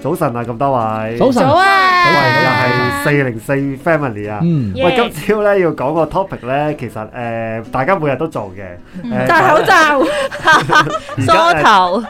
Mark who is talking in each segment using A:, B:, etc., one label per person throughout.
A: 早晨啊，咁多位，
B: 早晨
C: 早
A: 喂，
C: 啊，
A: 又係四零四 family 啊。
B: 嗯，
A: 喂，今朝咧要講個 topic 咧，其實誒、呃大家每日都做嘅，誒
C: 嗯戴口，罩、
A: 而
C: 梳
A: 家誒
C: 頭，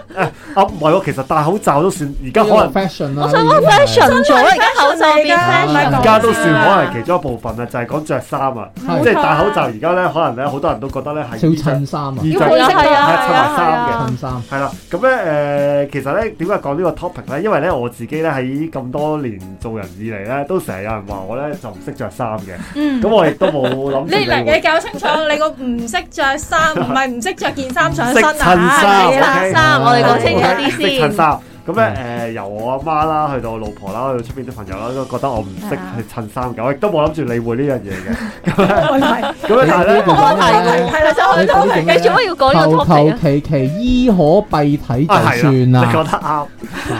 A: 啊唔係喎，其實戴口罩都算，而家可能
B: fashion 啦，
C: 我想講
B: 呢啲係
C: fashion 咗，而家口罩變
B: 嚟㗎唔係
C: fashion，
B: 講
A: 而家都算可能其中一部分啊，就係講着衫啊，
B: 係
A: 即係戴口罩。而家咧，可能咧好多人都覺得咧係
B: 少
A: 衣着
B: 襯衫啊，
A: 衣着
C: 要配色啊係啊
A: 係襯埋
C: 係
A: 衫
C: 啊
A: 嘅。
B: 襯衫，
A: 係啦，咁咧誒，其實咧點解講呢個 topic 咧？因為咧我自己咧喺咁多年做人以嚟咧，都成日有人話我咧就唔識着衫嘅，
D: 嗯
A: 咁我亦都冇諗住
D: 你嗱，
A: 你會
D: 你搞清楚，你個唔識着衫，唔係唔識着件衫上身
A: 識襯衫
D: 啊！
C: 係啦
A: OK？
C: 衫我哋講清楚啲
A: 識襯
C: 先。
A: 衫。咁
B: 嗯
A: 咧誒，由我阿媽啦，去到我老婆啦，去到出邊啲朋友啦，都覺得我唔識去襯衫嘅，我亦都冇諗住理會呢樣嘢嘅。咁咧，但係咧，
B: 你呢
C: 我題目係啦，就
B: 啊你
C: 係
B: 講
C: topic，
B: 啲
C: 你做乜要講呢個
B: 求
C: topic
B: 求
C: 啊？
B: 其其衣可蔽體就
A: 啊係啦，
B: 算
A: 你
B: 啦
A: 覺，得啱。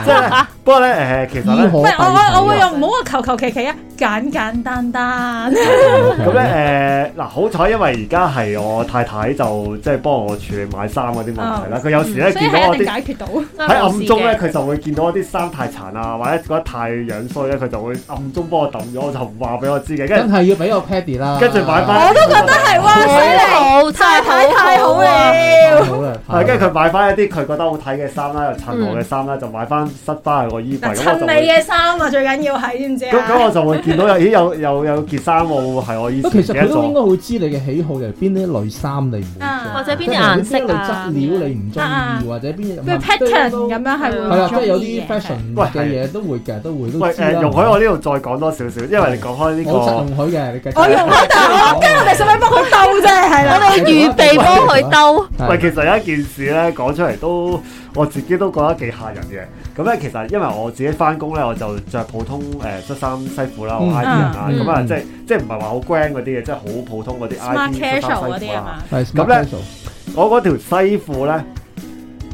A: 即係呢不過咧誒，其實
B: 衣
A: 咧
B: 可
D: 唔係我
B: 蔽
D: 我我會
B: 體
D: 用唔好話求求其其啊，簡簡單單。
A: 咁
D: 啊
B: 咁
A: 咧誒嗱，好彩因為而家係我太太就即係幫我處理買衫嗰啲問題啦。佢有時咧
D: 哦嗯所以
A: 見到
D: 係
A: 我
D: 一定
A: 啲
D: 解決到。
A: 喺暗中咧，佢就會見到我啲衫太殘啊，或者覺得太樣衰咧，佢就會暗中幫我抌咗，我就唔話俾我知嘅。跟
B: 真
A: 住
B: 係要俾個 Paddy 啦，
A: 跟住買啊翻，
D: 啊我都覺得係 哇，犀利！
C: 好，
D: 太太太好
C: 啦！
D: 了。
B: 好啦，
A: 係跟住佢買翻一啲佢覺得好睇嘅衫啦，又襯我嘅衫啦，就買翻塞翻去個衣
D: 嗱，
A: 櫃。咁我
D: 襯
A: 就
D: 你
A: 會
D: 嘅衫啊，最緊要係知唔知
A: 咁咁
D: 啊？
A: 我就會見到有咦有有有件衫我係我以
D: 哦
A: 前
B: 其實
A: 嘅
B: 佢
A: 一
B: 都應該
A: 座。
B: 會知你嘅喜好，係邊啲類衫你唔會
D: 啊
B: 着，
C: 或者邊啲顏
B: 即係
C: 色
B: 邊
C: 啊
B: 啲類質料你唔中
D: 啊
B: 意，或者邊
D: 譬如 pattern 咁樣係會
B: 係啊，即係有
D: 中意
B: 啲
D: 嘅
B: fashion
A: 喂
B: 嘅嘢都會嘅，都會都
A: 喂
D: 啊
B: 知啦
A: 誒，容許我呢度再講多少少，因為你講開呢
B: 我實
A: 個
B: 容許嘅，你繼續。
D: 我用開，但係我跟住我哋使唔使幫佢鬥啫？係
C: 我
D: 啦，
C: 哋預備幫佢兜，
B: 係
A: 喂，其實有一件事咧講出嚟都我自己都覺得幾嚇人嘅。咁咧啊其實因為我自己翻工咧，我就着普通誒恤衫西褲啦，我
B: 嗯
A: I D 人啦，
B: 嗯
A: 咁啊
B: 嗯
A: 即係即係唔係話好 grand 嗰啲嘅，即係好普通嗰啲 I
D: smart
A: D 恤衫
D: casual 嗰
A: 西
D: 啲
A: 褲
D: 啊
A: 啦。
D: 嘛。
B: 係
A: 咁
B: smart
A: 咧
B: casual
A: 我嗰條西褲咧，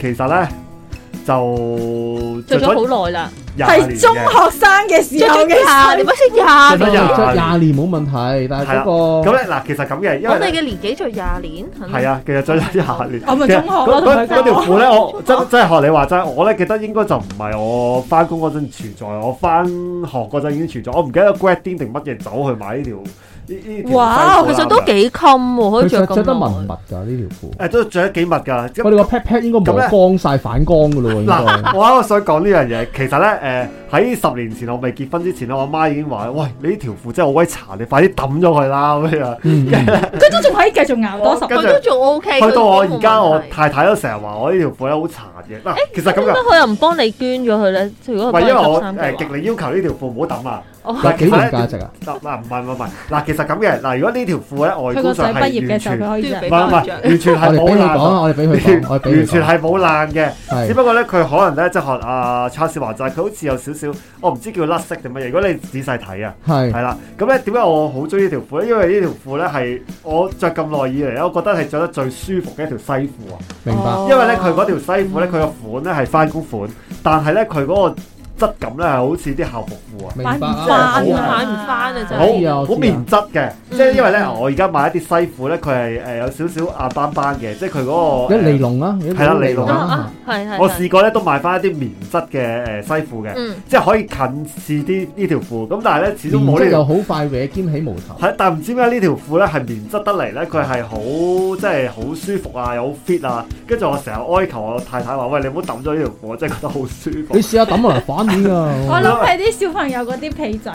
A: 其實咧就
C: 着咗好耐啦，
A: 廿年
D: 係中
A: 嘅。
D: 學生嘅時
C: 着
D: 候
C: 咗
D: 嘅
C: 廿，
D: 衫
C: 點。解
B: 着
C: 先廿年？
A: 廿
B: 咗廿年冇問題，但係嗰
A: 咁
B: 個
A: 咧嗱，其實咁嘅，因
C: 我
A: 為咧
C: 哋嘅年紀着廿年，
A: 係
C: 啊，
A: 啊，其實着咗廿年。
D: 我咪
A: 其
D: 中
A: 實
D: 學
A: 嗰
D: 咯，同
A: 嗰
D: 佢
A: 嗰條
D: 講。
A: 褲咧，我真真係學你話齋，我咧記得應該就唔係我翻工嗰陣存在，我翻學嗰陣已經存在。我唔記得 grad din 定乜嘢走去買呢條呢呢條西褲啦
D: 哇
C: 其實都幾襟喎，可
B: 佢
C: 以
B: 着
C: 着
B: 着
C: 咁
B: 得文物
C: 耐。
B: 㗎呢條褲。
A: 誒都着得幾密㗎。咁
B: 我哋個啊 pat pat 應該
A: 咁咧
B: 磨光晒反光噶咯喎，應該。
A: 嗱，我啱啱想講呢樣嘢，其實咧誒喺十年前我未結婚之前咧，我阿媽已經話：喂，你呢條褲真係好鬼殘，你快啲抌咗佢啦咁樣。
B: 嗯，
D: 佢都仲可以繼續熬多十
A: 跟
C: 佢
A: 住
C: 都仲 O K，
A: 去到我而家，我太太都成日話我呢條褲咧好殘嘅。嗱，其實咁
C: 點解
A: 㗎，
C: 佢又唔幫你捐咗佢咧？如果
A: 唔
C: 佢幫
A: 係
C: 你
A: 因為我
C: 執衫
A: 誒極
C: 嘅
A: 力要求呢條褲唔好抌啊。
D: 哦
C: 話，
B: 有幾年價值啊？
A: 嗱嗱唔係唔係唔係，嗱其實咁嘅嗱，如果呢條褲咧外
D: 佢
A: 觀
D: 個
A: 上
D: 仔
A: 係
D: 畢業
A: 完
D: 嘅時候，
A: 全
D: 佢
A: 唔
D: 可以
C: 都要
D: 着
C: 俾。
A: 係唔係完全
B: 我哋
A: 係
B: 俾
A: 冇
B: 你講啊，
A: 爛，
B: 我哋俾佢講，我哋俾
A: 完
B: 佢
A: 全
B: 講。
A: 係冇爛嘅。只
B: 係
A: 不過咧，佢可能咧即係學阿 Charles 話齋，佢好似有少少，我唔知叫甩色定乜嘢。如果你仔細睇啊，
B: 係
A: 係啦，咁咧點解我好中意呢條褲咧？因為呢條褲咧係我着咁耐以嚟咧，我覺得係着得最舒服嘅一條西褲啊。
B: 明白。
C: 哦
A: 因為咧佢嗰條西褲咧，佢個款咧係翻工款，但係咧佢嗰個質感咧係好似啲校服褲啊。
B: 明
D: 買唔
B: 白
D: 翻
B: 啊！
C: 真係好買唔返啊真係
A: 好
B: 哎呀我知
A: 好
B: 啊
A: 棉質嘅，
C: 嗯
A: 即係因為咧，我而家買一啲西褲咧，佢係誒有少少硬邦邦嘅，即係佢嗰個
B: 一尼
A: 誒。
B: 龍啦，
A: 係啦尼龍
C: 啊啊
B: 啦，，
C: 係係。
A: 嗯我試過咧都買翻一啲棉質嘅誒呃西褲嘅，
C: 嗯，
A: 即係可以近似啲呢條褲。咁但係咧，始終冇呢
B: 連
A: 條
B: 又好快搲兼起毛頭。
A: 係，但唔知點解呢條褲咧係棉質得嚟咧，佢係好即係好舒服啊，又好 fit 啊。跟住我成日哀求我太太話：喂，你唔好抌咗呢條褲，我真係覺得好舒服
B: 你。試下抌落嚟反面
D: 我
B: 㗎，
D: 諗係啲小朋友嗰啲被仔，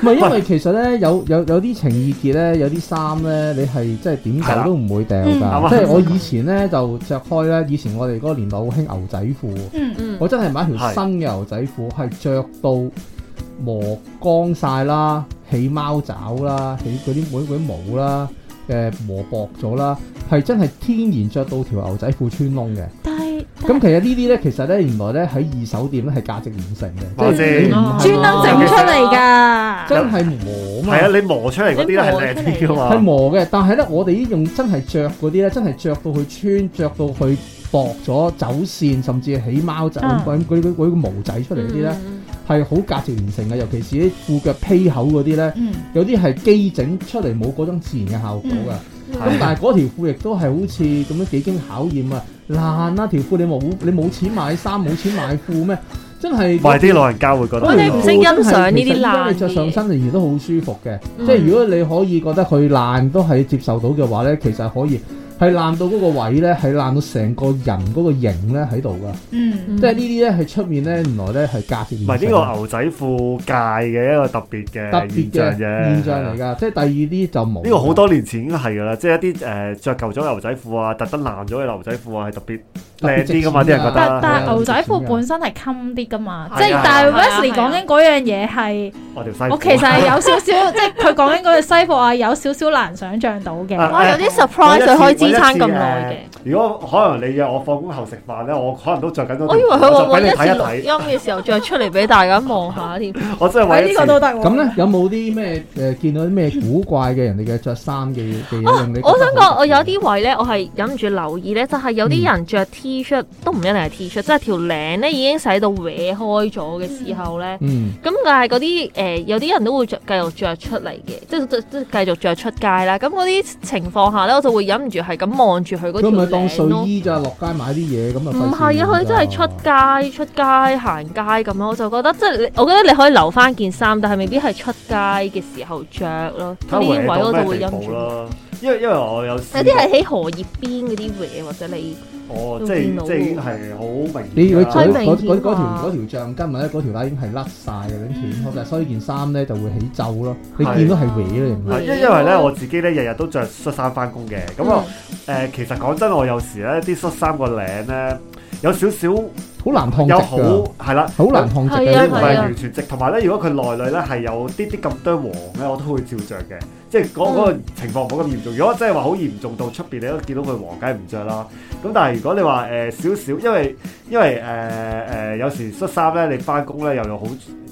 B: 唔係因為其實咧有有有啲情意結咧，有啲衫咧你係即係點
A: 係啦
B: 掉都唔會掉
D: 嗯
B: 㗎。
A: 啱
B: 即係我以前咧就着開咧，以前我哋嗰個年代好興牛仔褲。
D: 嗯，
C: 嗯
B: 我真係買條
A: 係
B: 新嘅牛仔褲，係着到磨光晒啦，起貓爪啦，起嗰啲嗰啲毛啦，誒、磨薄咗啦，係真係天然着到條牛仔褲穿窿嘅。
D: 但係
B: 咁其實呢啲呢，其實呢，原來呢喺二手店呢係價值連城
A: 我
B: 嘅，即係
A: 知
B: 你唔係
D: 專登
C: 哦
D: 整出嚟㗎。
B: 真係磨嘛
A: 係，啊，你磨出嚟嗰啲咧係靚啲噶
B: 係
A: 嘛。
B: 磨嘅。但係呢，我哋呢用真係着嗰啲呢，真係着到佢穿，着到佢薄咗走線，甚至係起貓爪
D: 嗯
B: 咁嗰啲嗰啲毛仔出嚟嗰啲呢。
A: 嗯
B: 係好價值連城嘅，尤其是啲褲腳披口嗰啲咧，
D: 嗯，
B: 有啲係機整出嚟冇嗰種自然嘅效果㗎。
C: 嗯
A: 啊
B: 咁、但係嗰條褲亦都係好似咁樣幾經考驗啊！爛啦、條褲你冇你冇錢買衫冇錢買褲咩？真係
A: 唔係啲老人家會覺得
C: 我哋唔識欣賞呢啲
B: 真係其實
C: 爛嘢
B: 因為着上身仍然都好舒服嘅，
C: 嗯
B: 即係如果你可以覺得佢爛都係接受到嘅話咧，其實可以係爛到嗰個位咧，係爛到成個人嗰個型咧喺度噶，
D: 嗯
B: 即係呢啲咧係出面咧原來咧係隔住
A: 唔
B: 唔
A: 係呢個哦牛仔褲界嘅一個特別
B: 特
A: 嘅
B: 別
A: 現
B: 嘅
A: 象啫，
B: 現象嚟㗎，即係第二啲就冇
A: 啊呢個好多年前已經係㗎啦，即係一啲誒着舊咗牛仔褲啊，特登爛咗嘅牛仔褲啊，係特別靚啲㗎嘛，啲人覺
B: 但
D: 但
A: 得
D: 但
B: 係
D: 牛仔褲本身係襟啲噶嘛，
A: 係啊
D: 即係但係
C: 係啊係
D: Wesley
C: 啊
D: 講緊嗰樣嘢係，
A: 我條西褲。
D: 我其實 係有少少， 即係佢講緊嗰個西服啊，有少少難想像到嘅。
A: 啊
C: 哇，有啲 surprise 佢可以支撐咁耐嘅。
A: 如果可能你約我放工後食飯咧，我可能都着緊嗰條。
C: 我以為佢
A: 我
C: 話
A: 就
C: 揾
A: 俾你
C: 一
A: 睇
C: 次
A: 一
C: 錄
A: 睇，
C: 音嘅時候着出嚟俾大家望下添。
A: 我真係
D: 喺
A: 為
D: 呢
A: 咗
D: 個都得喎。
B: 咁咧，有冇啲咩誒見到啲咩古怪嘅人哋嘅着衫嘅嘅嘢令你覺得好
C: 哦我
B: 特別？
C: 想講，我有啲位咧，我係忍唔住留意咧，就係有啲人着 T 恤都唔一定係 T 恤，即係條領咧已經使到歪開咗嘅時候咧。
B: 嗯
C: 咁但係嗰啲誒有啲人都會着繼續着出嚟嘅，即係即即繼續着出街啦。咁嗰啲情況下咧，我就會忍唔住係咁望住佢嗰
B: 佢
C: 條
B: 咪當睡
C: 領咯。
B: 衣咋？落街買啲嘢咁啊！
C: 唔係啊，佢真係出街出街行街咁樣，我就覺得即係你，我覺得你可以留翻件衫，但係未必係出街嘅時候着咯。咁
A: 睇
C: 呢啲位
A: 圍到
C: 我就
A: 咩
C: 會
A: 地
C: 忍
A: 步
C: 住。
A: 啦。因為因為我有試
C: 有啲係喺荷葉邊嗰啲搲，或者你
A: 我
C: 用
A: 哦即
C: 電
A: 係
C: 腦
A: 即係已經係好明
B: 你
A: 顯
B: 佢
A: 㗎啦
B: 嗰
C: 最
B: 嗰嗰嗰條
C: 啊
B: 嗰條橡筋或者嗰條帶已經係甩晒嘅，已經斷開晒，所以件衫咧就會起皺咯。你
A: 係
B: 見到係歪咯，
A: 係因因為咧，我自己咧日日都着恤衫翻工嘅，咁啊
B: 嗯
A: 誒，其實講真，我有時咧啲恤衫個領咧有少少有
B: 好難燙直
A: 好
B: 㗎，
A: 係啦，
B: 好難燙直
A: 即係
C: 係啊
A: 唔
B: 嘅。
A: 係
C: 係啊
A: 完全直，同埋咧，如果佢內裏咧係有啲啲咁多黃咧，我都會照着嘅。即係嗰嗰個情況冇咁嚴重。如果真係話好嚴重到出邊你都見到佢黃，梗係唔着啦。咁但係如果你話誒少少，因為因為誒誒、呃有時恤衫咧，你翻工咧又有好。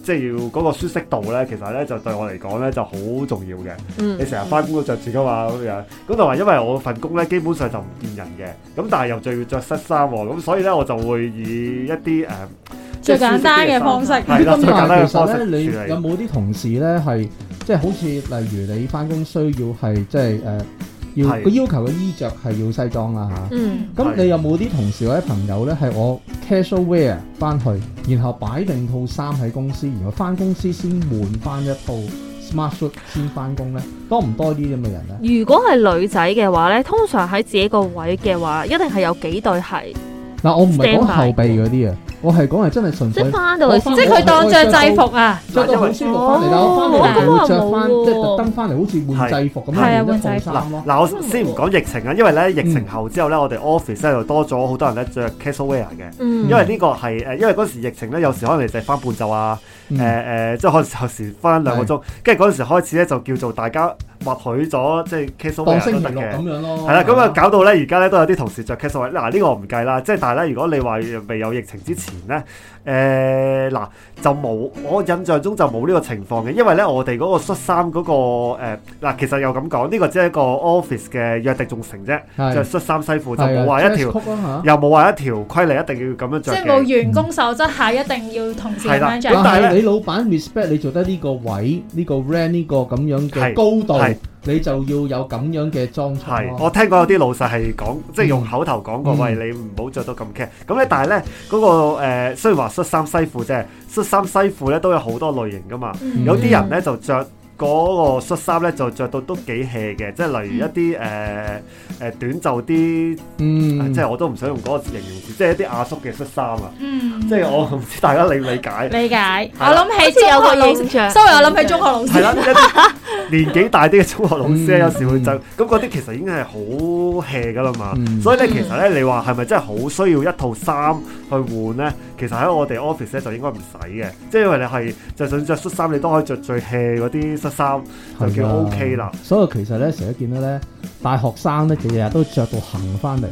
A: 即係要嗰個舒適度咧，其實咧就對我嚟講咧就好重要嘅。
C: 嗯
A: 你成日翻工都着住噶嘛咁樣，咁同埋因為我份工咧基本上就唔見人嘅，咁但係又就要着恤衫喎，咁所以咧我就會以一啲誒、即係
D: 最簡單嘅方式
A: 舒適啲嘅衫係啦，
B: 咁
A: 最簡
B: 但
A: 單
B: 係
A: 嘅
B: 其
A: 方式
B: 實咧，你
A: 處
B: 有
A: 理。
B: 冇啲同事咧係即係好似例如你翻工需要係即係誒要
A: 係
B: 個要求嘅衣着係要西裝啦嚇。
C: 嗯
B: 咁
A: 係
B: 你有冇啲同事或者朋友咧，係我 casual wear 翻去，然後擺定套衫喺公司，然後翻公司先換翻一套 smart suit 先翻工咧？多唔多呢啲咁嘅人咧？
C: 如果係女仔嘅話咧，通常喺自己個位嘅話，一定係有幾對鞋，
B: 嗱，我唔係
C: Stand
B: 講
C: by
B: 後備嗰啲啊，我係講係真係純
C: 即
B: 粹
C: 係翻到去
B: 我
C: 先
D: 即係佢當着制服啊，
B: 着到好舒服翻嚟啦，我翻
C: 哦
B: 嚟就會着
C: 咁啊
B: 翻，
C: 冇喎
B: 即係特登翻嚟好似換制服咁樣
D: 係啊
B: 換一
D: 換
B: 套
D: 制服
B: 衫咯。
A: 嗱，我先唔講疫情啊，因為咧疫情後之後咧，我哋 office 咧就多咗好多人咧着 casual wear 嘅，
C: 嗯
A: 因為呢個係誒，因為嗰時疫情咧，有時可能你就係翻半晝啊。誒誒、
B: 嗯
A: 即係可能有時翻兩個鐘，跟住嗰陣時開始咧就叫做大家默許咗，即係 casual
B: 當
A: wear
B: 星
A: 都
B: 期
A: 得
B: 六
A: 嘅
B: 咁。樣咯。
A: 係啦，咁啊搞到咧，而家咧都有啲同事着 casual wear。嗱，呢個我唔計啦，即係但係咧，如果你話未有疫情之前咧，誒、嗱就冇，我印象中就冇呢個情況嘅，因為咧我哋嗰個恤衫嗰個誒嗱、其實又咁講，呢、個只係一個 office 嘅約定仲成啫，
B: 係
A: 着恤衫西褲就
B: 係啊
A: 冇話一
B: dress
A: 條，
B: code 啦
A: 又冇話一條規例一定要咁樣
D: 即
A: 着
D: 係冇
A: 嘅。
D: 員工守則下一定要同事咁
A: 係
B: 嚇
D: 樣
A: 啦
D: 着。
A: 但
B: 但
A: 係
B: 係
A: 呢
B: 你老闆 respect 你做得呢個位、呢個 rank、呢個咁樣嘅
A: 係
B: 高度
A: 係，
B: 你就要有咁樣嘅裝束
A: 係，
B: 咯。
A: 我聽講有啲老細係講，即係用
B: 嗯
A: 口頭講過，
B: 嗯
A: 喂，你唔好着到咁 c 咁咧，但係咧嗰個誒，雖然話恤衫西褲啫，恤衫西褲咧都有好多類型噶嘛。
D: 嗯
A: 有啲人咧就着嗰個恤衫咧就着到都幾 hea 嘅，即係例如一啲誒誒短袖啲，呃
B: 嗯，
A: 啊即係我都唔想用嗰個形容詞，即係一啲阿叔嘅恤衫啊。
D: 嗯
A: 即係我唔知大家理唔理 解？
D: 理解。我
A: 係啦
D: 諗起
C: 好似
D: 中
C: 有
D: 學
C: 個
D: 老
C: 印象
D: ，sorry，我諗起中學老
A: 係
D: 師。
A: 啦，一啲年紀大啲嘅中學老師咧，
B: 嗯
A: 有時會就咁嗰啲其實已經係好 hea 噶啦嘛
B: 嗯，
A: 所以咧其實咧你話係咪真係好需要一套衫去換咧？其實喺我哋 office 咧就應該唔使嘅，即係因為你係就算着恤衫，你都可以着最 hea 嗰啲恤衫就
B: 啊
A: 叫 OK 啦。。
B: 所以其實咧，成日見到咧，大學生咧，日日都着到行翻嚟。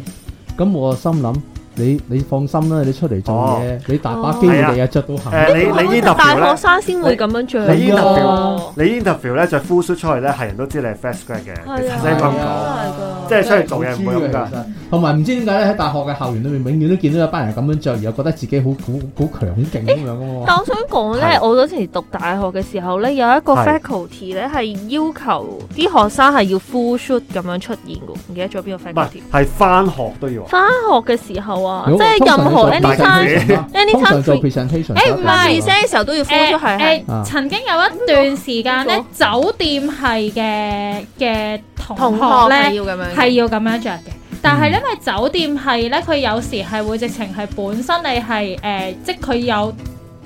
B: 咁我心諗，你你放心啦，你出嚟做嘢，你大把機會
A: 係啊
B: 日日着到行。
A: 誒，你你 interview
C: 大學
A: 咧，
C: 生先會咁樣着，
A: 你
B: 呢度
C: 喎，
A: 你 interview 咧着 full suit 出去咧，係人都知你係 fresh grad 嘅，其實
C: 係啊，
A: 真係咁
B: 係
A: 講。
B: 啊
A: 哎即係出嚟做嘢唔會咁㗎
B: 真係好啊豬嘅其實同埋唔知點解咧，喺大學嘅校園裏面，永遠都見到有班人咁樣着，然後覺得自己好好好強勁咁樣嘅喎。
C: 但我想講咧，
A: 係
C: 我嗰時讀大學嘅時候咧，有一個
A: 係
C: faculty 咧係要求啲學生係要 full shoot 咁樣出現嘅，唔記得咗邊個
A: 唔係
C: faculty。
A: 係翻學都要啊，
C: 翻學嘅時候有啊，
B: 如
C: 即
B: 果
C: 係
B: 通常
C: 任何
B: 你做 presentation
C: anytime。
B: 啦
C: anytime
B: 通常做
C: free-
B: presentation
D: 誒
B: 就一定
D: 唔
B: 㗎
D: 係
C: present 嘅時候都要 full
D: 誒
C: 出去係。
B: 啊
D: 誒，曾經有一段時間咧
C: 邊，
D: 酒店係嘅嘅同
C: 同學
D: 學
C: 係
D: 咧
C: 要咁樣嘅，
D: 係要咁樣着嘅。但係因為酒店係咧，佢有時係會直情係本身你係誒、呃即係佢有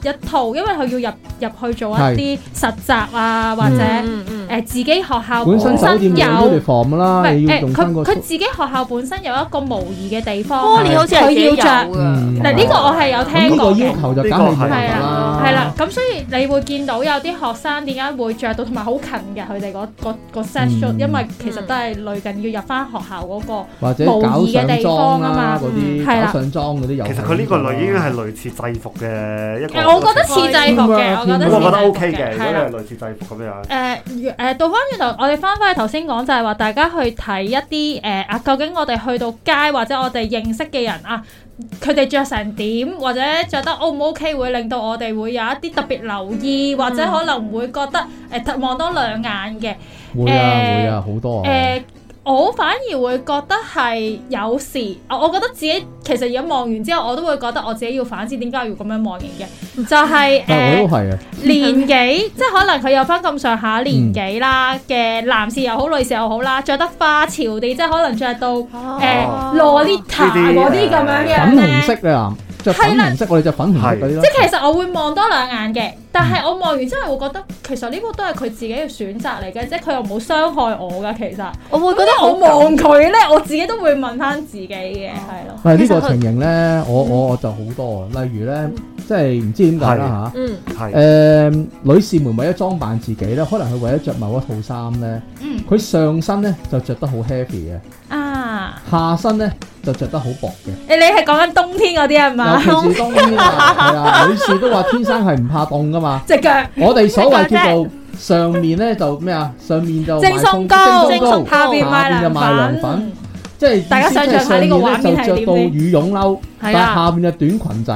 D: 一套，因為佢要入入去做一啲實習啊，或者誒、
C: 嗯嗯
D: 呃自己學校
B: 本
D: 本
B: 身酒店
D: 身有
B: 有 uniform
D: 唔
B: 啦，
D: 係
B: 你要
D: 誒
B: 用翻
D: 佢
B: 個
D: 佢自己學校本身有一個模擬嘅地方
C: 玻，璃好似係
D: 佢
C: 自己有
D: 要着。
B: 嗯
C: 㗎。
D: 嗱呢個我係有
B: 咁
D: 聽
B: 呢個
D: 過
B: 要
D: 嘅。
B: 求就梗係啊唔
A: 呢個係
B: 得啦，
D: 係
A: Ờ.
D: 啦，咁所以你會見到有啲學生點解會着到，同埋好近嘅佢哋嗰嗰個
A: Ừ.
D: set s h o t
B: 嗯
D: 因為其實都係類近要入翻學校嗰個。
B: 或者搞上妝啦嗰啲，
C: 無
D: 意嘅地方啊嘛
B: 搞上妝嗰啲有。
A: 其實佢呢個類已經係類似制服嘅一個，
D: 誒，我覺得似制服嘅，我覺得
A: 咁
D: 似
A: 我覺得
D: 制服
A: OK 嘅，如果
D: 係
A: 你
D: 啦
A: 係。類似制服咁樣。
D: 誒誒，倒翻轉頭，我哋翻返去頭先講就係話，大家去睇一啲誒啊，究竟我哋去到街或者我哋認識嘅人啊，佢哋着成點，或者着得 O 唔 OK，會令到我哋會有一啲特別留意，或者可能會覺得誒望多兩眼嘅。
B: 會啊
D: 誒
B: 會啊，好多
D: 誒、
B: 啊。
D: 我反而會覺得係有時，我我覺得自己其實而家望完之後，我都會覺得我自己要反思點解要咁樣望人嘅，就係、誒、
B: 但我都 係啊，
D: 年紀， 即係可能佢有翻咁上下年紀啦嘅男士又好，女士又好啦，着得花俏啲，即係可能着到誒
A: 哦
D: Lolita
A: 呢啲
D: 嗰啲咁樣
A: 誒
B: 粉
D: 樣
B: 紅
D: 咧
B: 色。啊，着粉紅色，我哋着粉紅色嗰啲啦
D: 即。係其實我會望多兩眼嘅，但係我望完之後會覺得其實呢個都係佢自己嘅選擇嚟嘅，即係佢又冇傷害我㗎，其實。
C: 我會
D: 我
C: 覺
D: 覺
C: 得
D: 得
C: 好
D: 我望佢咧，我自己都會問翻自己嘅，
B: 哦
D: 係咯。
B: 喂，呢
C: 其實
B: 個
C: 佢
B: 情形咧，我我我就好多啊，例如咧，即係唔知點解啦嚇。
C: 嗯
A: 係
B: 誒、女士們為咗裝扮自己咧，可能佢為咗着某一套衫咧，
D: 嗯
B: 佢上身咧就着得好 heavy 嘅，
D: 啊，
B: 下身咧就着得好薄嘅。
D: 誒，你係講緊冬天嗰啲啊係 嘛？
B: 尤其是當然啊，係 啊，女士都話天生係唔怕凍噶嘛。
D: 只腳
B: 我哋所謂叫做上面咧就咩啊？上面就
D: 蒸
B: 賣
D: 鬆
B: 鬆
D: 糕，
B: 蒸鬆糕，哦
D: 下邊賣
B: 下邊就
D: 涼
B: 賣涼
D: 粉
B: 粉，，即係
D: 大家想象下呢個畫面係點
B: 上面咧
D: 先
B: 就着到羽絨褸，但
C: 係
B: 係
C: 啊，
B: 下面就短裙仔、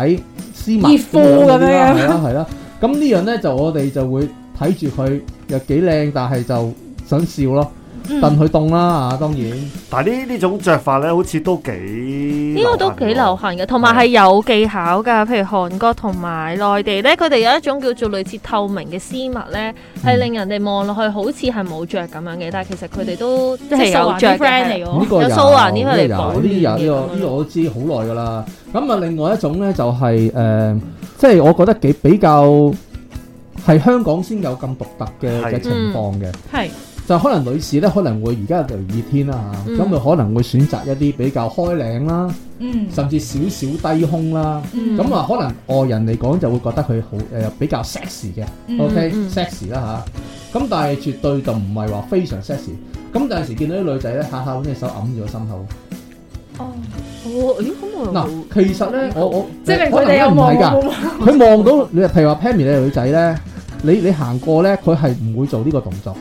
B: 絲襪
D: 熱褲咁樣
B: 係啦係啦。咁呢樣咧就我哋就會睇住佢又幾靚，但係就想笑咯，
D: 嗯
B: 戥佢凍啦嚇，啊當然
A: 但係呢呢種着法咧，好似都幾呢
C: 呢個都幾流行嘅，同埋係有技巧㗎。譬如韓國同埋內地咧，佢哋有一種叫做類似透明嘅絲襪咧，係令人哋望落去好似係冇着咁樣嘅，但係其實佢哋都即
D: 即
C: 係
D: 係
C: 有
D: 有
C: 着
D: 着
C: 嘅
D: friend
C: 係
D: 嚟
C: 啦。
B: 呢
D: 嘅
B: 個
C: 哦有
B: 有
C: 蘇華呢個嚟
B: 呢
C: 保
B: 個有呢
C: 暖
B: 個
C: 嘅
B: 有呢
C: 咁
B: 個
C: 樣
B: 呢個我知好耐㗎啦。咁啊，另外一種咧就係誒，即係我覺得幾比較係香港先有咁獨特嘅
A: 係
B: 嘅情況嘅。
D: 係
B: 就可能女士咧，可能會而家就熱天啦嚇，
C: 嗯
B: 咁佢可能會選擇一啲比較開領啦，
D: 嗯
B: 甚至少少低胸啦。
D: 嗯
B: 咁啊，可能外人嚟講就會覺得佢好誒比較 sexy 嘅，OK
C: 嗯
B: sexy 啦吓，咁但係絕對就唔係話非常 sexy。咁有陣時見到啲女仔咧，下下揾隻手揞住個心口。
D: 哦
C: 哦，咦，咁我又
B: 嗱
C: 冇，
B: 其實咧，我我
D: 證明
B: 可能
D: 佢哋
B: 咧
D: 有
B: 唔
D: 望
B: 係
D: 冇
B: 㗎，
D: 望
B: 佢望到你，譬如話 Pammy 你係女仔咧，你你行過咧，佢係唔會做呢個動作嘅。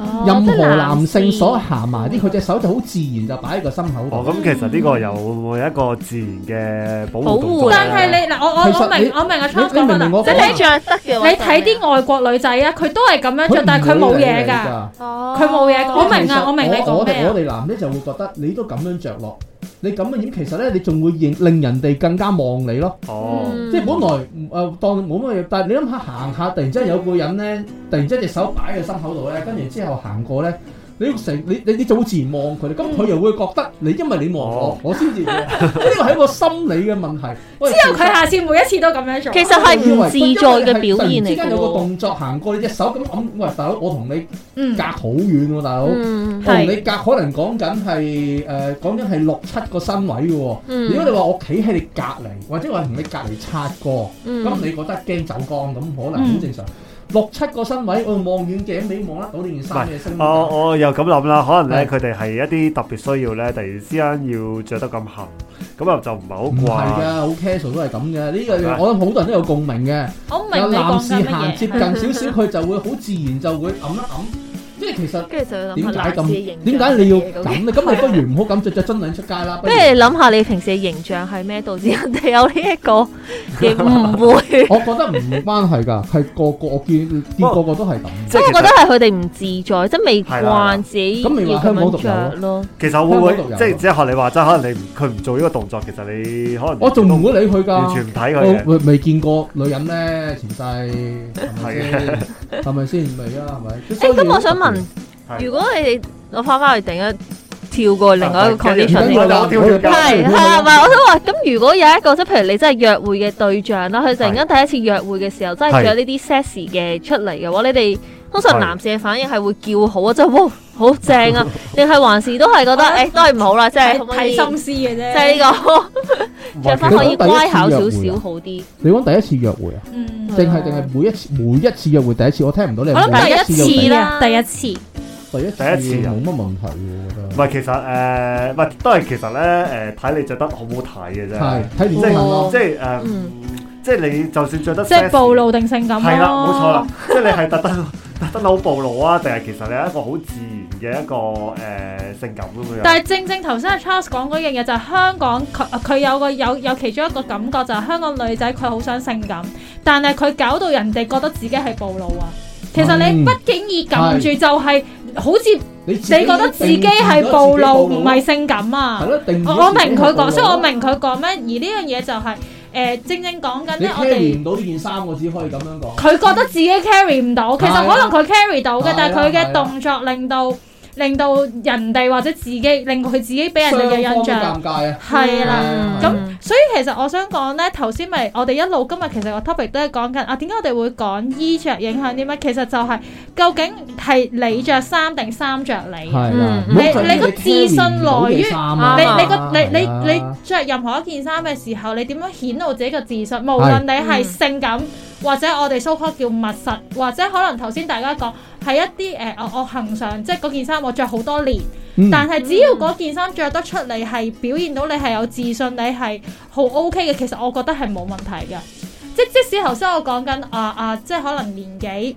C: 哦
B: 任
C: 即係
B: 何男性所
C: 士
B: 行埋啲，佢隻手就好自然就擺喺個心口
A: 哦，
B: 度。
A: 咁其實呢個有冇一個自然嘅保
C: 保
A: 護
C: 護
A: 動作咧？
D: 但係你嗱，我我
B: 其實
D: 我
B: 你
D: 明我明阿
B: 你
D: Charles
B: 你明唔明
D: 講
B: 我
C: 即
B: 講
D: 即
C: 係
D: 係
C: 你
D: 你
C: 着得嘅話，
D: 你睇啲外國女仔啊，佢都係咁樣着，但係佢冇嘢㗎。
B: 㗎。
C: 哦，
D: 佢冇嘢我明啊我明你講
B: 我
D: 咩
B: 哋
D: 啊
B: 我哋男咧就會覺得你都咁樣着落，你咁樣點其實咧你仲會令令人哋更加望你咯。
A: 哦，
C: 嗯
B: 即係本來誒、呃、當冇乜嘢，但係你諗下行下，突然之間有個人咧，突然之間隻手擺喺心口度咧，跟住之後行過咧。你成你你你就會自然望佢，咁佢又會覺得你因為你望我
A: 哦，
B: 我先至會呢個係一個心理嘅問題。喂
D: 之後佢下次每一次都咁樣做。
C: 其實係唔自在嘅表現嚟
B: 突然之間有個
C: 嘅
B: 動作行過，你隻手咁揞，喂大佬，我同你
D: 嗯
B: 隔好遠喎，大佬。
C: 喎，
B: 我
C: 嗯
B: 同
D: 係
B: 你隔可能講緊係誒講緊係六七個身位嘅喎。如果你
C: 嗯
B: 話我企喺你隔離，或者我同你隔離擦過，
C: 嗯
B: 咁你覺得驚走光咁，可能好
D: 嗯
B: 正常。六七個身位，我望遠鏡你望得到呢件衫嘅身
A: 我我又咁諗啦，可能咧
B: 係
A: 佢哋係一啲特別需要咧，突然之間要着得咁行，咁啊就唔係
B: 唔係
A: 好慣。
B: 㗎，好 casual 都係咁嘅。呢個
A: 係
B: 我諗好多人都有共鳴嘅。
D: 我明
B: 有
D: 你
B: 男
D: 講
B: 士
D: 緊
B: 行
D: 乜
B: 接
D: 嘢。
B: 近少少，佢就會好自然就會揞一揞，即係即係其實
C: 跟住就要
B: 點
C: 諗
B: 解
C: 下
B: 咁
C: 男士嘅形象。？
B: 點解你要咁咧？咁你不如唔好咁着着真領出街啦。不
C: 不如你諗下你平時嘅形象係咩，導致人哋有呢一個 嘅誤會。
B: 我覺得唔關 係㗎，係個個我見見個個都係咁。
A: 即係
C: 不過我
A: 其
C: 覺得
A: 實
C: 係佢哋唔自在，即係未
A: 係啦
C: 慣自己要
B: 咁咪話
C: 咁
B: 香港獨
C: 樣
B: 有
C: 着咯。
A: 其實會唔會
B: 香港獨有
A: 即係只係學你話齋，可能你唔佢唔做呢個動作，其實你可能
B: 我仲唔會理佢㗎。
A: 完全唔睇佢嘅。
B: 我未未見過女人咧，前世係咪先？ 係咪先？未啊，係咪？
C: 誒，咁我想問，
A: 係
C: 如果你哋攞翻翻去定一跳過另外一
A: 係
C: 個
A: 跟住
C: condition
A: 跟
C: 嚟
A: 住
C: 講
A: 我就跳跳街
C: 係係，唔係我想話，咁如果有一個即係譬如你真係約會嘅對象啦，佢突然間第一次約會嘅時候，真係
A: 係
C: 着呢啲 sexy 嘅出嚟嘅話，你哋通常
A: 係
C: 男士嘅反應係會叫好啊，即係哇好正 啊，定係還是都係覺得誒都係唔好啦，即係可唔可以
D: 睇
C: 即
D: 心思嘅啫。
C: 係呢個
A: 唔
C: 着
A: 係
C: 翻
A: 其實
C: 可以乖巧少
B: 其實第一次約會
C: 少
B: 啊
C: 好啲，
B: 你講第一次約會啊？
D: 嗯，
B: 定係定係每一次每一次約會第一次？我聽唔到你係
D: 我諗
B: 每
D: 第
B: 一次約
D: 一次
B: 會
D: 啦，
C: 啦
D: 第一次。
B: 第一
A: 第一次啊
B: 冇乜問題喎，我覺得
A: 唔。係其實誒，唔係都係其實咧誒，睇你着得好唔好睇嘅啫
B: 係。睇
A: 即
B: 點睇
A: 係。
B: 咯
A: 即係誒
C: 嗯，
A: 即係你就算着得
D: 即係
A: sexy，
D: 暴露定性感咯。
A: 係啦，冇錯啦。，即係你係特登 特登好暴露啊，定係其實你係一個好自然嘅一個誒性感咁樣。
D: 但係正正頭先阿 Charles 講嗰樣嘢就係香港佢呃佢有個有有其中一個感覺就係香港女仔佢好想性感，但係佢搞到人哋覺得自己係暴露啊。其實你
B: 嗯
D: 不經意撳住就係好似
B: 你
D: 你
B: 你
D: 覺得自己係暴露，唔係性感啊
B: 係。咯？定
D: 我我明佢講，所以我明佢講咩。而呢樣嘢就係、誒正正講緊
B: 你
D: 咧，我哋
B: carry 唔到呢件衫，我只可以咁樣講。
D: 佢覺得自己 carry 唔到，其實可能佢 carry 到
B: 啊係
D: 嘅
B: 啊，
D: 但係佢
B: 係啊
D: 嘅動作令到令到人哋或者自己令佢自己俾人哋嘅
B: 雙
D: 印
B: 方都
D: 象
B: 尷尬啊！
D: 係啦。
B: 嗯
D: 咁所以其實我想講呢，頭先咪我哋一路今日其實個 topic 都係講緊啊，點解我哋會講衣着影響啲乜？其實就係究竟係你着衫定衫着你？啊
B: 係啦，
C: 嗯
B: 唔好
D: 你
B: 就係
D: 你個自信來源
B: 你 carry 唔到件衫啊
D: 你
C: 啱
D: 你個你
B: 係啊
D: 你你著任何一件衫嘅時候，你點樣顯露自己嘅自信？無論你係性感，或者我哋 so called 叫密實，或者可能頭先大家講係一啲誒、呃我我行上，即係嗰件衫我着好多年，
B: 嗯
D: 但係只要嗰件衫着得出嚟，係表現到你係有自信，你係好 OK 嘅，其實我覺得係冇問題嘅。即即使頭先我講緊啊啊，即係可能年紀。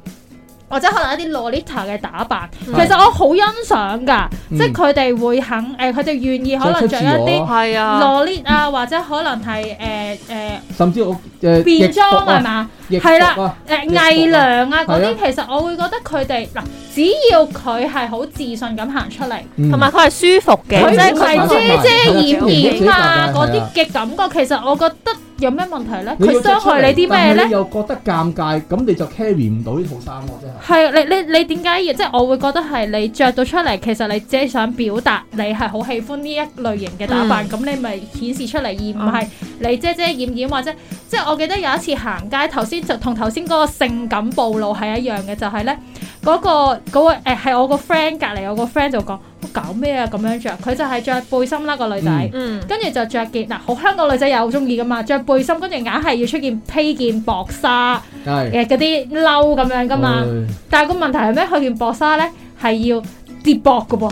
D: 或者可能一啲 Lolita 嘅打扮，其
C: 嗯
D: 實我好欣賞㗎，
B: 嗯
D: 即係佢哋會肯誒，呃佢、哋願意可能着一
B: 着出自
D: 啲
A: 哦
B: 我
C: 係啊，
D: 羅列啊，或者可能係誒誒
B: 甚至我誒
D: 變裝係
B: 啊，
D: 嘛？
B: 逆
D: 係啦
B: 服啊
D: 誒
B: 服啊
D: 偽娘啊嗰
B: 係啊
D: 啲，其實我會覺得佢哋嗱，只要佢係好自信咁行出嚟，
B: 嗯
C: 同埋佢係舒服嘅，
D: 佢
C: 即係
D: 唔
C: 佢
D: 嗯係遮遮掩掩啊
B: 嗯
D: 嗰啲嘅感覺，其實我覺得有咩問題咧？
B: 你要
D: 佢傷害你啲咩
B: 但係你
D: 咧？
B: 又覺得尷尬，咁你就 carry 唔到呢套衫喎，真係。
D: 係啊你你你點解要即係我會覺得係你着到出嚟，其實你只係想表達你係好喜歡呢一類型嘅打扮，咁、你咪顯示出嚟，而唔係你遮遮掩掩或者即係我記得有一次行街，頭先就同頭先嗰個性感暴露係一樣嘅，就係咧嗰個嗰、個誒係、我個 friend 隔離，我個 friend 就講我搞咩啊咁樣着，佢就係着背心啦個女仔。
B: 嗯
C: 嗯
D: 跟住就着件嗱，好香港女仔又好中意噶嘛，着背心跟住硬係要出件披件薄紗
B: 係。
D: 嘅嗰啲褸 咁樣噶嘛。但係個問題係咩？佢件薄紗咧係要跌膊嘅喎，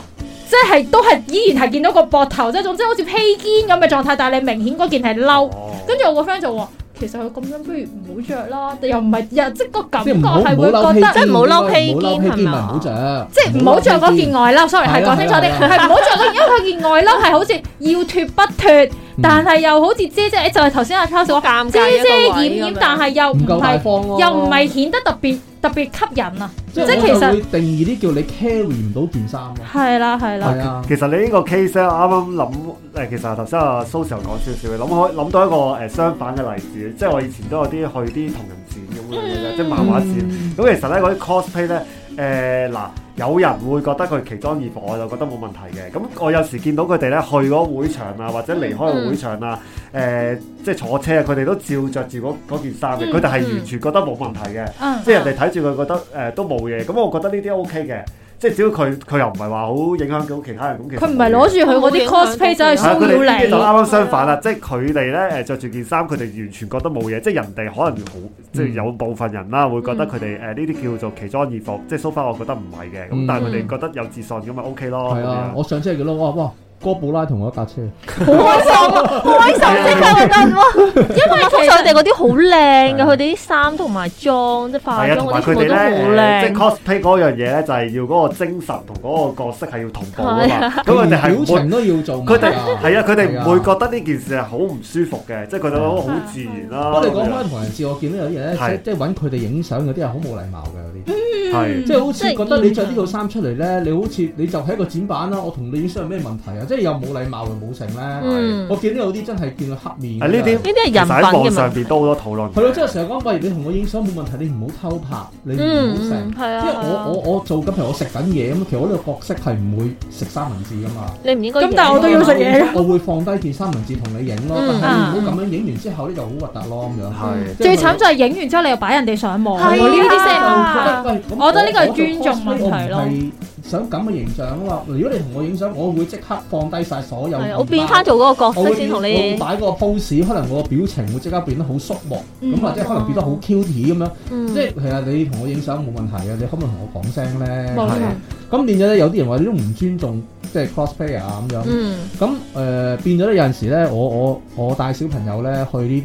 D: 即係都係依然係見到個膊頭，即係總之好似披肩咁嘅狀態，但係你明顯嗰件係褸。
A: 哦
D: 跟住我個 friend 就話：其實佢咁樣不如唔好着啦，又唔係又即係個感
B: 即
D: 覺
B: 係唔好
D: 係
B: 唔好
D: 會
B: 嬲
D: 覺
B: 披
D: 得。
B: 肩，
C: 係唔好嬲披
B: 唔好嬲
C: 肩
B: 披肩
C: 係
B: 咪
C: 嘛
B: 唔好着，
D: 即係唔好着嗰件外褸，sorry 係
B: 係啦
D: 講清楚啲，
B: 係啦係
D: 係唔好啊着嗰件，因為佢件外褸係好似要脱不脱，
B: 嗯
D: 但係又好似遮遮，就係頭先阿 Charles 話
C: 尷
D: 遮
C: 尬嗯一個位
D: 遮掩掩
C: 咁樣，
D: 但係又
B: 唔
D: 唔
B: 夠大
D: 係
A: 哦
B: 方咯，
D: 又唔係顯得特別特別吸引啊！
B: 即
D: 即係
B: 係
D: 其
B: 其
D: 實
B: 實會定義啲叫你 carry 唔到件衫咯，
D: 係啦係啦。
B: 係啊，
A: 其實你呢個 case 咧，啱啱諗誒，其實頭先阿蘇 Sir 講少少嘅，諗開諗到一個誒、相反嘅例子，即係我以前都有啲去啲同人展咁樣嘅啫，即係漫畫展。
B: 嗯
A: 咁其實咧嗰啲 cosplay 咧，誒、嗱，有人會覺得佢奇裝異服，我就覺得冇問題嘅。咁我有時見到佢哋咧去嗰個會場啊，或者離開個會場啊，誒、即係坐車啊，佢哋都照着住嗰嗰件衫嘅，佢哋係完全覺得冇問題嘅。
D: 嗯
A: 即係人哋睇住佢覺得誒、都冇嘢，咁我覺得呢啲 O K 嘅，即係只要佢佢又唔係話好影響到其他人，咁其實
D: 佢唔係攞住佢嗰啲 cosplay 走去
A: 係啊
D: 騷
A: 佢哋呢啲就
D: 擾
A: 啱啱相反啦，即係佢哋咧誒著住件衫，佢哋完全覺得冇嘢，即係人哋可能好，即係有部分人啦會覺得佢哋誒呢啲叫做奇裝異服，即係 so far 我覺得唔係嘅，咁
B: 嗯
A: 哦但係佢哋覺得有自信咁咪 O K 咯。咁
B: 係啊，
A: 樣
B: 我上車見到我話哇哥布拉同我一架車。
C: 好開心，啊好開
A: 啊
C: 心即刻覺得哇！因為通常佢哋嗰啲好靚嘅，佢哋啲衫同埋妝，即係化
A: 啊係
C: 妝
A: 啊，同
C: 嗰
A: 埋
C: 啲
A: 佢
C: 全部
A: 哋
C: 都好
A: 咧，即係
C: 靚。
A: cosplay 嗰樣嘢咧，就係要嗰個精神同嗰個角色係要同步啊
C: 係
A: 嘛。咁
B: 佢
A: 佢哋
B: 哋
A: 係唔
B: 表
A: 會
B: 情都要做埋
A: 佢哋
B: 啊。
A: 係啊，佢哋唔會
B: 係啊
A: 覺得呢件事係好唔舒服嘅，即係佢哋覺得好自然啦。
B: 哦我哋講翻同人節，我見到有啲人
A: 係
B: 咧，即即係揾佢哋影相，有啲係好冇禮貌嘅有啲。
C: 嗯
A: 係
B: 即係好似
C: 即係
B: 覺得你着呢套衫出嚟咧，你好似你就係一個展板啦。我同你影相有咩問題啊？即係又冇禮貌又冇成咧。
C: 嗯，
B: 我
C: 呢
B: 見到有啲真係見到黑面㗎。
A: 啊呢啲
C: 啲係
A: 其實
C: 人
A: 喺網
C: 品嘅
A: 上
C: 問
A: 邊都好多討論。
B: 係咯，即係成日講，喂，你同我影相冇問題，你唔好偷拍，你唔
C: 嗯
B: 好成
C: 嗯，。係
B: 即
C: 啊。
B: 係我我我做緊，譬如我食緊嘢咁，其實我呢個角色係唔會食三文治噶嘛。
C: 你唔應該啊
D: 咁但係我都要食嘢
B: 我會放低件三文治同你影咯，
C: 嗯
B: 但係你唔好咁樣影完之後咧就好核突咯咁樣。
A: 係
B: 即係
D: 最慘就係影完之後你又擺人哋上網，
C: 係啊
D: 呢啲先係
C: 啊
D: 問題。
B: 喂咁
D: 我覺得呢個係尊重
B: 我
D: 問題咯
B: 我係想咁嘅形象啊嘛。如果你同我影相，我會即刻放低晒所有面
C: 係
B: 貌。
C: 啊我變翻做嗰個角
B: 我
C: 色
B: 會
C: 先
B: 變
C: 同
B: 我會
C: 你。
B: 擺個 pose，可能我個表情會即刻變得好肅穆，
D: 嗯
B: 咁或者可能變得好 cute 咁樣。
C: 嗯
B: 即係其實你同我影相冇問題嘅，啊你可唔可以同我講聲咧？
D: 冇
A: 係
D: 錯
A: 啊，
B: 咁變咗咧，有啲人話你都唔尊重即係 cosplayer 啊咁樣。
C: 嗯
B: 咁誒、呃、變咗咧，有陣時咧，我我我帶小朋友咧去呢啲，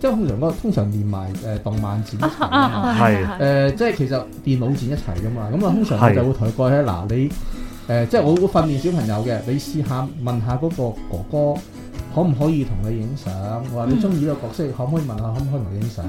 B: 即係通常嗰通常連埋誒、呃、動漫展一齊
D: 啊
B: 㗎
D: 啊嗯
B: 嘛。
D: 啊！
A: 係
B: 誒、即係其實電腦展一齊噶嘛，咁啊通常
A: 係
B: 我就會同佢過去咧，嗱你誒、即係我會訓練小朋友嘅，你試下問下嗰個哥哥可唔可以同你影相，我
D: 嗯
B: 話你中意呢個角色，可唔可以問下可唔可以同你影相？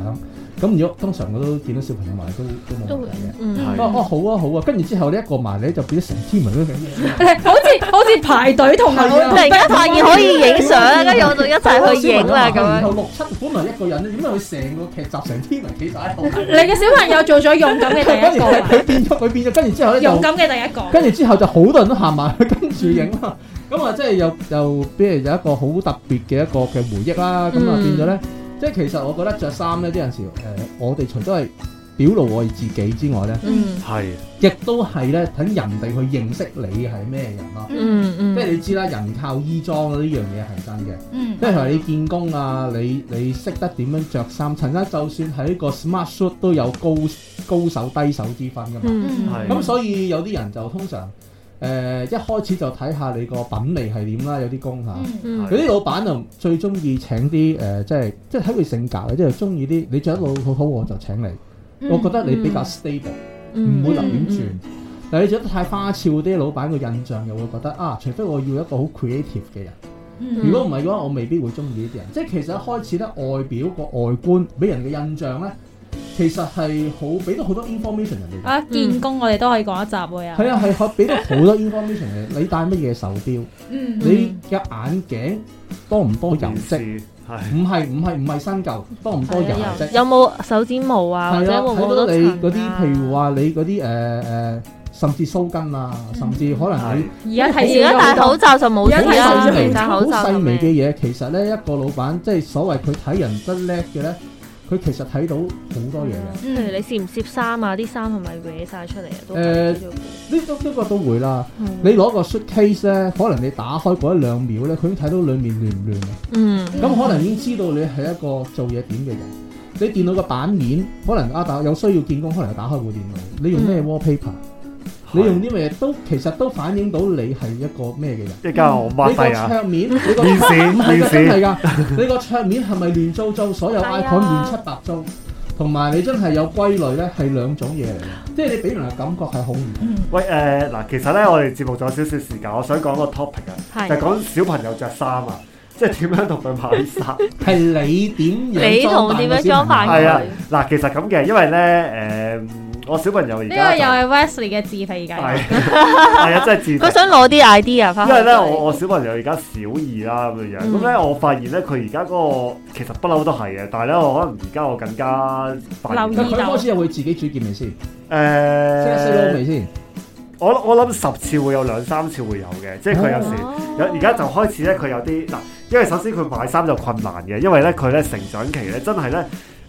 B: 咁如果通常我都見到小朋友埋嚟都都
C: 都
B: 冇問
C: 會
B: 題嘅。
C: 嗯
B: 哦哦好啊好啊，跟住之後呢一個埋你就變咗成 team 人咁樣
D: 好似好似排隊同埋
B: 係啊
C: 突然間發現可以影相，跟住我就一齊去影啦咁
B: 然
C: 樣。
B: 後六七本來一個人咧，點解佢成個劇集成天啊人企晒喺度？
D: 你嘅小朋友做咗勇敢嘅
B: 跟
D: 第一
B: 住
D: 個
B: 佢
D: 啊，
B: 佢變咗，佢變咗，跟住之後咧
D: 勇
B: 就，
D: 敢嘅第一個。
B: 跟住之後就好多人都行埋 去跟住影啦。咁啊，即係又又，比如有一個好特別嘅一個嘅回憶啦。咁啊，
C: 嗯
B: 變咗咧，即係其實我覺得着衫咧，啲陣時誒，我哋除咗係表露我哋自己之外咧，
C: 嗯
A: 係
B: 亦都係咧等人哋去認識你係咩人咯。
C: 嗯
B: 即係
C: 嗯
B: 你知啦，人靠衣裝呢樣嘢係真嘅。
D: 嗯
B: 即係話你見工啊，你你識得點樣着衫，陳生就算喺個 smart s h o t 都有高高手低手之分噶嘛。
C: 嗯
A: 係
B: 咁、所以有啲人就通常誒、呃一開始就睇下你個品味係點啦，有啲工嚇。
D: 嗯
C: 嗯
B: 有啲老闆就最中意請啲誒、呃即係即係睇佢性格啊嘅，即係中意啲你着得老好好我就請你。
D: 嗯
B: 我覺得你比較 stable，唔、
C: 嗯
B: 會流亂轉。但係你着得太花俏啲，老闆個印象又會覺得啊，除非我要一個好 creative 嘅人。
D: 嗯
B: 如果唔係嘅話，我未必會中意呢啲人。即係其實一開始咧，外表個外觀俾人嘅印象咧，其實係好俾到好多 information 人哋嘅。
D: 啊，見工我哋都可以講一集喎啊。
B: 係啊，係可以俾到好多 information 嘅。你戴乜嘢手錶？
D: 嗯
B: 你嘅眼鏡多唔多油
A: 件
B: 漬？
A: 事係
B: 唔係唔係唔係新舊，多唔多油漬？
C: 啊有冇手指毛啊？或
B: 係
C: 者
B: 啊，
C: 會唔會好
B: 睇到
C: 多
B: 你嗰
C: 層啊
B: 啲，譬如話你嗰啲誒誒，甚至鬚根啊，
C: 嗯
B: 甚至可能
A: 係。
B: 你
D: 而家睇
C: 而家
D: 少咗
C: 戴
D: 好
C: 口
D: 多
C: 罩就冇
D: 而家
B: 細
C: 事啦
D: 睇手，指
B: 微
C: 戴
B: 好
C: 口罩
B: 細
C: 咁
B: 微
C: 樣
B: 嘅嘢，其實咧一個老闆即係所謂佢睇人得叻嘅咧，佢其實睇到好多嘢嘅。
C: 嗯譬如你攝唔攝衫啊？啲衫係咪搲晒出嚟啊？都
B: 誒呢都呢個都會啦。你攞個 suitcase 咧，可能你打開嗰一兩秒咧，佢已經睇到裡面亂唔亂嘅。
C: 嗯
B: 咁可能已經知道你係一個做嘢點嘅人。你電腦嘅版面可能啊，但有需要見工，可能打開部電腦。你用
C: 嗯
B: 咩 wallpaper？你用啲咩嘢都其實都反映到你係一個咩嘅人。
A: 一間我抹
B: 你個
A: 低啊，
B: 桌 面，你個
A: 面試
B: 唔係
A: 面
B: 㗎，真
A: 試
B: 係㗎！你個桌面係咪亂糟糟？所有
C: 係啊
B: icon 亂七八糟，同埋你真係有歸類咧，係兩種嘢嚟嘅，即係你俾人嘅感覺係好唔同。
A: 喂誒嗱，其實咧我哋節目仲有少少時間，我想講個 topic 啊，
C: 係
A: 就係講小朋友着衫啊， 即係點樣同佢買衫。
B: 係你點
C: 你
B: 樣裝
C: 同
B: 扮
C: 點
B: 個
C: 樣
B: 小
C: 裝
B: 朋
C: 扮
B: 友
A: 係啊
C: 佢？
A: 嗱，其實咁嘅，因為咧誒，我小朋友而
D: 呢個
A: 家就
D: 又係 Wesley 嘅自肥計
A: 係
D: 劃。
A: 係啊，真係自
C: 佢
A: 責。
C: 想攞啲 idea
D: 啊
C: 翻。
A: 因為咧，
C: 哦
A: 我我小朋友而家小二啦咁
D: 嗯
A: 樣樣，咁咧我發現咧佢而家嗰個其實不嬲都係嘅，但係咧我可能而家我更加發現
D: 留
B: 嗱
D: 意
B: 佢開始又會自己煮件味先，識得 say
A: 誒，
B: 味先。
A: 我我諗十次會有兩三次會有嘅，即係佢有時。
D: 哦
A: 有而家就開始咧，佢有啲嗱，因為首先佢買衫就困難嘅，因為咧佢咧成長期咧真係咧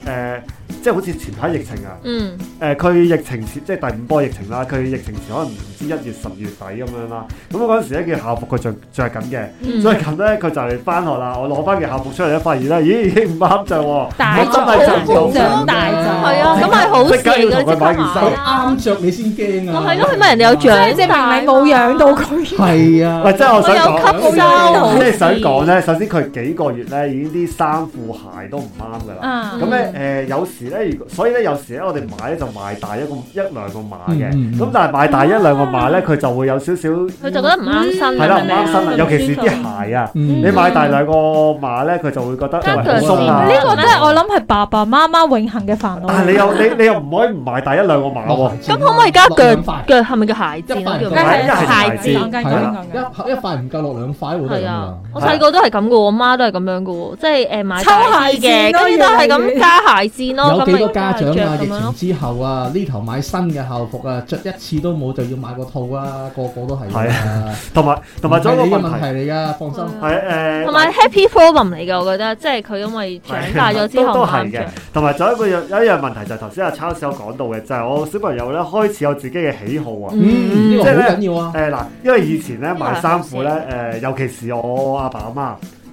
A: 誒，即係好似前排疫情啊，
C: 嗯
A: 誒、佢疫情前即係第五波疫情啦，佢疫情前可能唔知一月十二月底咁樣啦，咁嗰陣時咧件校服佢着着緊嘅，
C: 嗯
A: 所以咁咧佢就嚟翻 學啦，我攞翻件校服出嚟咧，發現咧，咦已經唔啱着喎，
D: 大
A: 我真係
D: 咗
A: 着唔到
D: 長大咗
C: 係啊，咁咪好事嚟㗎，
A: 嗯即刻要同佢買件
C: 即刻
A: 衫
C: 買啦。
B: 啱着你先驚啊！
C: 咪係咯，佢咪人哋有獎，
D: 即係明明冇養到佢。
B: 係啊，
A: 喂，真係我
C: 我
A: 想
C: 有
A: 講。
C: 吸收，好
A: 即
C: 事
A: 係想講咧，首先佢幾個月咧已經啲衫褲鞋都唔啱㗎啦。
D: 啊
A: 咁咧誒有時咧，如果所以咧有時咧，我哋買咧就買大一個一兩個碼嘅。
B: 嗯嗯嗯
A: 咁但係買大一兩個碼咧，佢就會有少少
C: 佢就覺得唔啱身啊
A: 係啦，
C: 啦，
A: 唔
C: 明
A: 啱
C: 明
A: 身啦。
D: 嗯
A: 尤其是啲鞋啊，
B: 嗯
A: 你買大兩個碼咧，佢就會覺得
C: 加
A: 喂好
C: 腳
A: 鬆
B: 線
A: 啊。
D: 呢個真係我諗係爸爸媽媽永恆嘅煩惱。
A: 啊！你又你你又唔可以唔買大一兩個碼喎。
C: 咁可唔可以加腳
B: 落兩塊
C: 腳係咪叫鞋墊啊？
B: 一
C: 叫
D: 梗係
A: 一係
D: 孩子
A: 鞋
D: 講緊
B: 係
D: 講緊
B: 啦
D: 講，緊。
B: 一一塊唔夠落兩塊喎，都係
C: 係
B: 咁
C: 啊
B: 啊，
C: 我細個都係咁嘅喎，我媽都係咁樣嘅喎，即係誒買
D: 抽
C: 大
D: 鞋
C: 啲嘅，
D: 墊咯
C: 跟住都係咁加鞋墊咯，
B: 有
C: 咁
B: 幾
C: 咪
B: 個家長啊，
C: 咁
B: 疫
C: 樣咯
B: 情。之後啊，呢頭買新嘅校服啊，着一次都冇就要買個套啊，個個都係
A: 係
B: 啊，
A: 同埋同埋仲有一個
B: 係
A: 問
B: 你嘅問題
A: 題
B: 嚟㗎，放心。
A: 係誒，
C: 同埋 happy problem 嚟嘅，我覺得，即係佢因為長大咗之後
A: 都都
C: 慢
A: 係
C: 慢
A: 嘅，同埋仲有一個有有一樣問題就係頭先阿 Charles 有講到嘅，就係、我小朋友咧開始有自己嘅喜好啊。
B: 嗯，呢個
A: 即係
B: 好
A: 咧
B: 緊要啊。
A: 誒嗱、因為以前咧
C: 呢個係
A: 買衫褲咧，誒、
C: 好
A: 尤其是我阿爸阿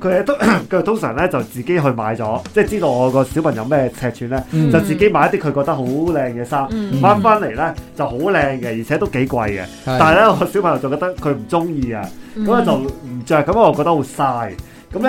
A: 媽，佢哋都 佢哋通常咧就自己去買咗，即係知道我個小朋友咩尺寸咧，
B: 嗯
A: 就自己買一啲佢覺得好靚嘅衫，
C: 嗯
A: 買翻嚟咧就好靚嘅，而且都幾貴嘅。但係
B: 係
A: 咧，我小朋友就覺得佢唔中意啊，
C: 嗯
A: 咁啊就唔着，咁我覺得好嘥。咁
D: 嗯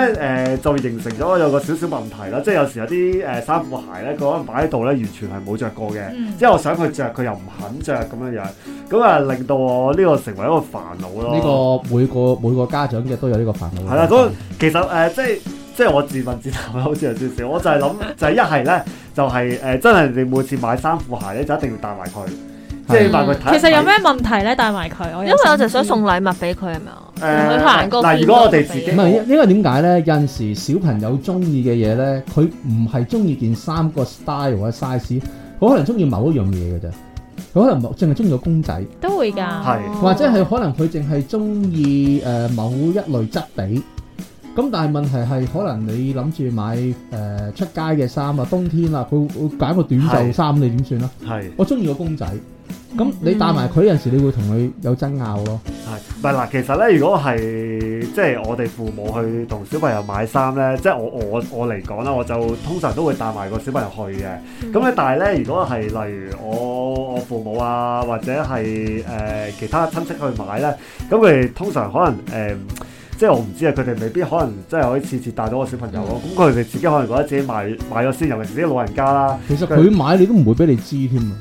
A: 咧誒就形成咗有個少少問題啦，即係有時有啲誒衫褲鞋咧，佢可能擺喺度咧，完全係冇着過嘅。
D: 嗯
A: 即係我想佢着，佢又唔肯着咁樣樣，咁啊令到我呢個成為一個煩惱咯。
B: 呢個每個每個家長嘅都有呢個煩惱。啊
A: 係啦，咁其實誒、呃即係即係我自問自答啦，好似有少少，我就係 諗就係一係咧就係、呃真係你每次買衫褲鞋咧就一定要帶埋佢，即係買佢睇。
D: 嗯其實有咩問題咧？帶埋佢，
C: 因為我就想送禮物俾佢係咪啊？
A: 誒
C: 佢行過
A: 嗱如果我哋自己
B: 唔係，因因為點解咧？有陣時小朋友中意嘅嘢咧，佢唔係中意件衫個 style 或者 size，佢可能中意某一樣嘢嘅啫。佢可能冇淨係中意個公仔，
D: 都會㗎。
A: 係
B: 或者係可能佢淨係中意誒某一類質地。咁但係問題係，可能你諗住買誒、呃出街嘅衫啊，冬天啦，佢會揀個短袖衫，你點算啊？
A: 係
B: 我中意個公仔，咁你帶埋佢有陣時，你會同佢有爭拗咯。
A: 係，唔係嗱，其實咧，如果係即係我哋父母去同小朋友買衫咧，即係我我我嚟講啦，我就通常都會帶埋個小朋友去嘅。咁
B: 嗯
A: 咧，但係咧，如果係例如我我父母啊，或者係誒、呃其他親戚去買咧，咁佢哋通常可能誒、呃即係我唔知啊，佢哋未必可能真係可以次次帶到個小朋友咯。
B: 嗯
A: 咁佢哋自己可能覺得自己買買咗先，尤其是啲老人家啦，
B: 其實佢買你都唔會俾你知添啊，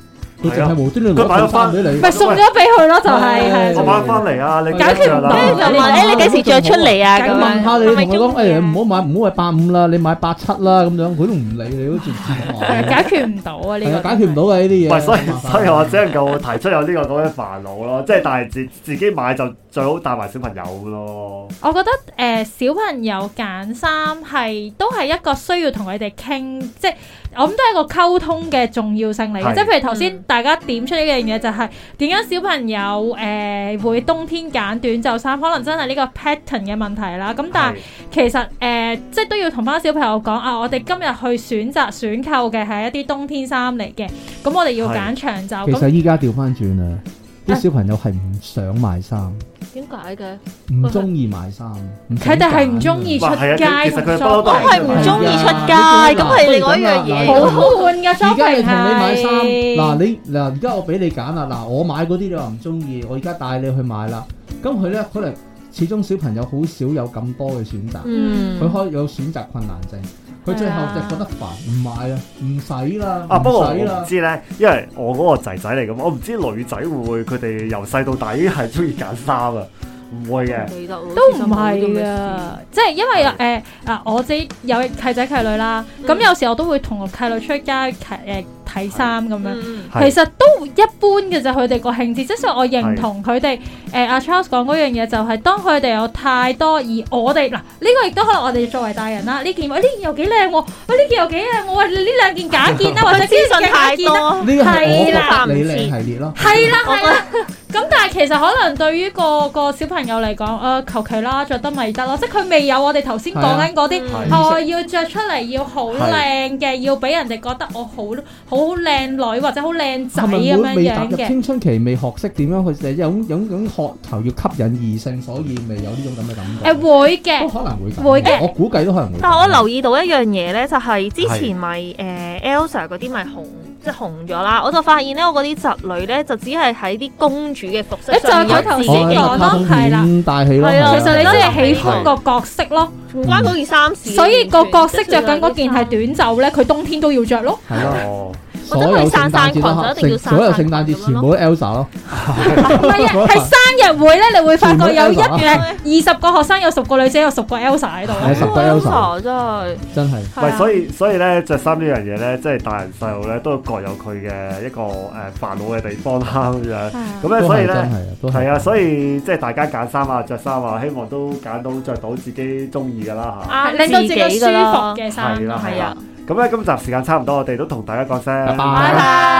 B: 佢淨係無端端
A: 佢買
B: 攞
A: 咗
B: 件衫俾你
A: 翻，
D: 咪送咗俾佢咯，就係
A: 我
D: 係。
A: 買翻嚟啊，你
B: 解決唔
A: 啦
B: 到
C: 跟住就問誒你幾時着出嚟啊？咁
B: 佢
C: 樣
B: 問下你，同佢講，誒
C: 係咪中意啊
B: 唔好買，唔好買八五啦，你買八七啦咁樣，佢都唔理你，好似唔
D: 係
B: 知
D: 解決唔到啊！
B: 係
D: 呢
B: 啊，
D: 個
B: 解決唔到嘅呢啲
A: 唔
B: 嘢。
A: 係，所以
B: 麻煩
A: 所以我只能夠提出有呢個咁嘅煩惱 咯，即係但係自自己買就最好帶埋小朋友咯。
D: 我覺得誒、呃小朋友揀衫係都係一個需要同佢哋傾，即係我諗都係一個溝通嘅重要性嚟嘅。
A: 係
D: 即係譬如頭先
C: 嗯
D: 大家點出呢樣嘢，就係點解小朋友誒、呃、會冬天揀短袖衫，可能真係呢個 pattern 嘅問題啦。咁但係
A: 係
D: 其實誒、呃即係都要同翻小朋友講啊，我哋今日去選擇選購嘅係一啲冬天衫嚟嘅，咁我哋要
A: 係
D: 揀長袖。
B: 其
D: 啊咁
B: 實依家調翻轉啊，啲小朋友係唔想買衫，
C: 點解嘅？
B: 唔中意買衫，唔想
D: 哦佢哋係唔中
B: 揀啊。
D: 意出街
A: 哇係啊其實佢
D: 同
A: 不嬲都
C: 我係唔中意出街，咁係啊另外一樣嘢。
D: 好換嘅裝
B: 而家你
D: 備
B: 同你買衫，
D: 係
B: 嗱你嗱而家我俾你揀啦，嗱我買嗰啲你話唔中意，我而家帶你去買啦。咁佢咧可能始終小朋友好少有咁多嘅選擇。
C: 嗯，
B: 佢可以有選擇困難症，佢最後
D: 啊
B: 就覺得煩，唔買啦，唔使啦，
A: 啊，不過我
B: 唔使
A: 唔
B: 啦。
A: 知咧，因為我嗰個仔仔嚟咁，我唔知女仔會唔會佢哋由細到大已經係中意揀衫啊，唔會嘅，
C: 記得喎
D: 都唔係噶，即係因為誒
A: 係
D: 誒啊，我自己有契仔契女啦，咁
C: 嗯
D: 有時我都會同個契女出街睇誒睇衫咁樣。
C: 嗯
D: 其
A: 係
D: 實都一般嘅啫，佢哋個興致，即係所以我認
A: 係
D: 同佢哋誒阿 Charles 講嗰樣嘢，就係當佢哋有太多，而我哋嗱呢個亦都可能我哋作為大人啦，呢件喂呢件又幾靚喎，喂呢件又幾靚喎，喂你呢兩件假件啦，啊或者呢
C: 佢 資訊
D: 件假
C: 太
D: 件啦。
C: 多，
B: 呢個係我
D: 係
B: 覺
D: 啦
B: 得你靚系列咯。
D: 係啦
C: 我
D: 係啦，咁但係其實可能對於個個小朋友嚟講，誒求其啦，着得咪得咯，即係佢未有我哋頭先講緊嗰啲，
A: 係
D: 哦我要着出嚟要好靚嘅，要俾人哋覺得我好好靚女或者好靚仔
B: 係咪
D: 咁樣
B: 會未踏
D: 樣
B: 入
D: 嘅。
B: 青春期，未學識點樣去有有有渴求要吸引異性，所以未有呢種咁嘅
D: 誒
B: 感覺？
D: 會
B: 都
D: 嘅，
B: 可能會咁
D: 會嘅
B: 我估計都可能會咁。
C: 但我留意到一樣嘢咧，就係之前咪誒 ờ, Elsa 嗰啲咪紅即係紅咗啦，我就發現咧，我嗰啲侄女咧就只係喺啲公主嘅服飾
D: 誒就
C: 上
D: 係佢
C: 面
D: 頭
C: 自
D: 先
C: 己
D: 講
B: 哦
C: 嘅
D: 咯係啦
B: 大戲咯，
C: 係啊
D: 其實你真係喜
C: 係
D: 歡個角色咯，
C: 關嗰件衫事。
D: 所以個角色着緊嗰
C: 完全就係嗰啲衫
D: 件係短袖咧，佢冬天都要 着咯。
B: 係咯，
A: 哦，
B: 所有聖誕節都
C: 我覺得佢散散裙就一定要
B: 成
C: 散散裙
B: 所有聖誕節全部都 Elsa 咯，
D: 唔係啊，係生日會咧，你會發 覺有一
B: 全部
C: 都 Elsa
D: 誒二十個學生有十個女仔，有十個 Elsa 喺度。
B: 係十個 Elsa，
C: 哇好傻真係。
B: 真係
A: 喂，所以所以咧着衫呢樣嘢咧，即係大人細路咧都各有佢嘅一個誒煩惱嘅地方啦咁樣。
D: 咁
A: 咁咧，
B: 都
A: 所以咧
B: 係真。係啊，都
A: 係
B: 係
A: 啊，所以即係大家揀衫啊、着衫啊，希望都揀到着到自己中意嘅啦
C: 啱
D: 令到自己舒
C: 㗎啦
D: 服嘅
A: 嚇。
D: 衫
A: 係。啦，
C: 係
A: 係
C: 啊
A: 啦。咁咧，今集時間差唔多，我哋都同大家講聲，
B: 拜拜
C: 拜拜。